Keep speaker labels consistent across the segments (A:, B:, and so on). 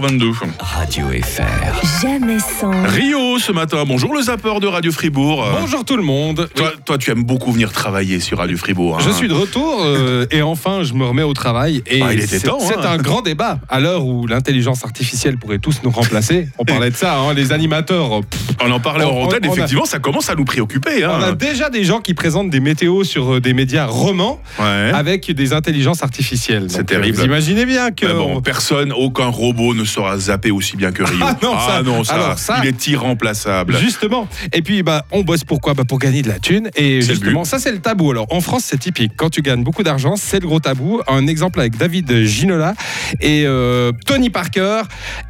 A: 22.
B: Radio FR.
C: Jamais sans.
A: Rio ce matin, bonjour le zapper de Radio Fribourg. Euh,
D: Bonjour tout le monde.
A: Toi, toi, tu aimes beaucoup venir travailler sur Radio Fribourg. hein.
D: Je suis de retour euh, et enfin je me remets au travail. Et
A: Ah, il était
D: c'est-
A: temps, hein.
D: C'est un grand débat à l'heure où l'intelligence artificielle pourrait tous nous remplacer. On parlait de ça, hein, les animateurs. pff,
A: On en parlait en
D: On-
A: antenne,
D: on a-
A: effectivement, ça commence à nous préoccuper.
D: On a
A: hein.
D: déjà des gens qui présentent des météos sur euh, des médias romans
A: Ouais.
D: avec des intelligences artificielles.
A: Hein C'est
D: Donc, euh,
A: terrible.
D: Vous imaginez bien que.
A: Mais bon, personne, aucun robot ne saura zapper aussi bien que Rio.
D: euh, Ah non, ça-
A: non, ça,
D: alors ça-
A: il est irremplaçable.
D: Justement. Et puis, bah, on bosse pourquoi bah, Pour gagner de la thune. Et
A: C'est le
D: justement, ça, c'est le tabou. Alors, en France, c'est typique. Quand tu gagnes beaucoup d'argent, c'est le gros tabou. Un exemple avec David Ginola et euh, Tony Parker,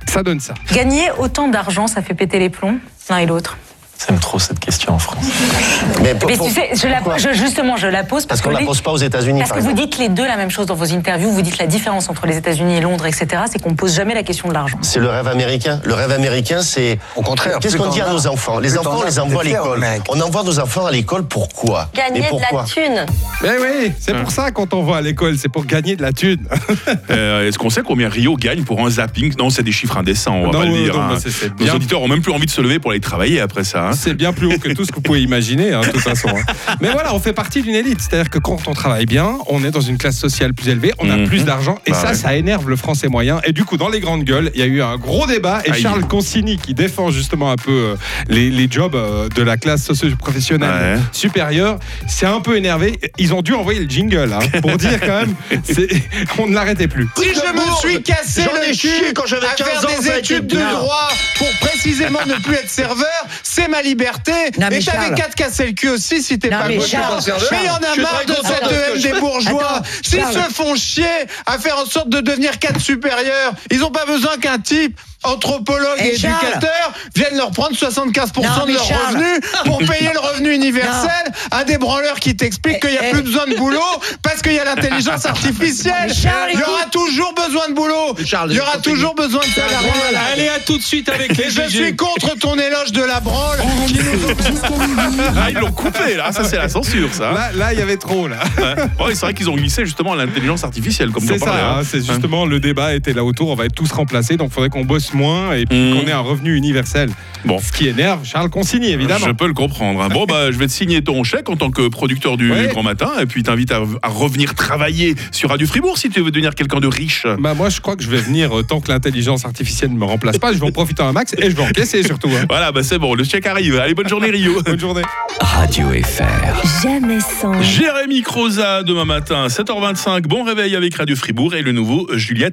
D: ça donne ça.
E: Gagner autant d'argent, ça fait péter les plombs, l'un et l'autre.
F: J'aime trop cette question en France.
G: Mais pour-
E: Mais
G: pour-
E: tu sais, je la,
G: pourquoi
E: je- justement, je la pose
G: Parce qu'on ne la
E: les-
G: pose pas aux États-Unis,
E: parce
G: par
E: que vous
G: exemple.
E: dites les deux la même chose dans vos interviews, vous dites la différence entre les États-Unis et Londres, etc. C'est qu'on ne pose jamais la question de l'argent.
G: C'est le rêve américain. Le rêve américain, c'est.
H: Au contraire,
G: Qu'est-ce
H: plus
G: qu'on
H: t'en
G: dit à
H: as,
G: nos enfants Les
H: plus
G: enfants,
H: t'en
G: on les
H: as,
G: envoie à
H: c'est clair,
G: l'école.
H: mec.
G: On envoie nos enfants à l'école pourquoi Mais
I: Gagner de
G: pourquoi
I: la thune.
D: Mais Ben oui, c'est pour ça qu'on t'envoie à l'école, c'est pour gagner de la thune.
A: Euh, Est-ce qu'on sait combien Rio gagne pour un zapping Non, c'est des chiffres indécents, on va
D: Non,
A: pas le
D: non,
A: dire.
D: non,
A: hein.
D: bah, c'est- c'est
A: Nos
D: bien.
A: auditeurs ont même plus envie de se lever pour aller travailler après ça. hein.
D: C'est bien plus haut que tout ce que vous pouvez imaginer, hein, de toute façon. hein. Mais voilà, on fait partie d'une élite. C'est-à-dire que quand on travaille bien, on est dans une classe sociale plus élevée, on a
A: Mhm.
D: plus d'argent, et
A: Bah
D: ça,
A: ouais.
D: ça énerve le français moyen. Et du coup, dans les grandes gueules, il y a eu un gros débat. Et
A: Aïe.
D: Charles Consigny, qui défend justement un peu euh, les, les jobs euh, de la classe socio-professionnelle
A: Ouais.
D: supérieure, s'est un peu énervé. Ils ont dû envoyer le jingle hein, pour dire quand même, c'est- on ne l'arrêtait plus.
J: Si je me suis cassé
G: J'en ai
J: le
G: chié
J: cul
G: quand j'avais
J: à
G: 15
J: faire
G: ans, ça
J: des
G: a été
J: études de
G: bien.
J: droit pour précisément ne plus être serveur, c'est ma liberté.
K: Non, mais
J: Et t'avais
K: Charles.
J: qu'à te casser le cul aussi si t'es
K: Non,
J: pas
K: mais
J: gauche.
K: Charles,
J: Mais il y en a
K: Charles,
J: marre
K: je suis très
J: de
K: content de
J: cette EM des bourgeois.
K: Attends,
J: S'ils
K: Charles.
J: se font chier à faire en sorte de devenir cadre supérieur, ils n'ont pas besoin qu'un type anthropologue et,
K: Et Eh, Charles.
J: éducateur vienne leur prendre 75%
K: Non,
J: de
K: mais
J: leurs
K: Charles.
J: revenus pour payer le revenu universel à des branleurs qui t'expliquent qu'il n'y a
K: Eh,
J: plus
K: eh.
J: besoin de boulot parce qu'il y a l'intelligence artificielle.
K: Mais Charles,
J: Il y aura
K: écoute.
J: toujours besoin de boulot.
H: Charles,
J: Il y aura
H: continue.
J: toujours besoin de salariés.
D: Allez, à tout de suite avec
J: Et je suis contre ton éloge de la branle.
A: Ah, ils l'ont coupé là, ça c'est la censure ça.
D: Là, là, il y avait trop, là.
A: Ouais. Ouais, c'est vrai qu'ils ont glissé justement à l'intelligence artificielle comme tu en
D: C'est
A: parlais.
D: ça,
A: hein.
D: hein, c'est justement le débat était là autour, on va être tous remplacés, donc il faudrait qu'on bosse moins et puis
A: Mm.
D: qu'on ait un revenu universel.
A: Bon.
D: Ce qui énerve Charles Consigny, évidemment.
A: Je peux le comprendre. hein. Bon, bah, je vais te signer ton chèque en tant que producteur du
D: Ouais.
A: Grand Matin et puis t'invite à, à revenir travailler sur Radio Fribourg si tu veux devenir quelqu'un de riche.
D: Bah moi je crois que je vais venir euh, tant que l'intelligence artificielle ne me remplace pas, je vais en profiter un max et je vais encaisser surtout. hein.
A: Voilà, bah c'est bon, le chèque arrive. Allez, bonne journée Rio.
D: Bonne journée.
B: Radio FR.
C: Jamais sans.
A: Jérémy Croza demain matin, 7h25. Bon réveil avec Radio Fribourg et le nouveau Juliette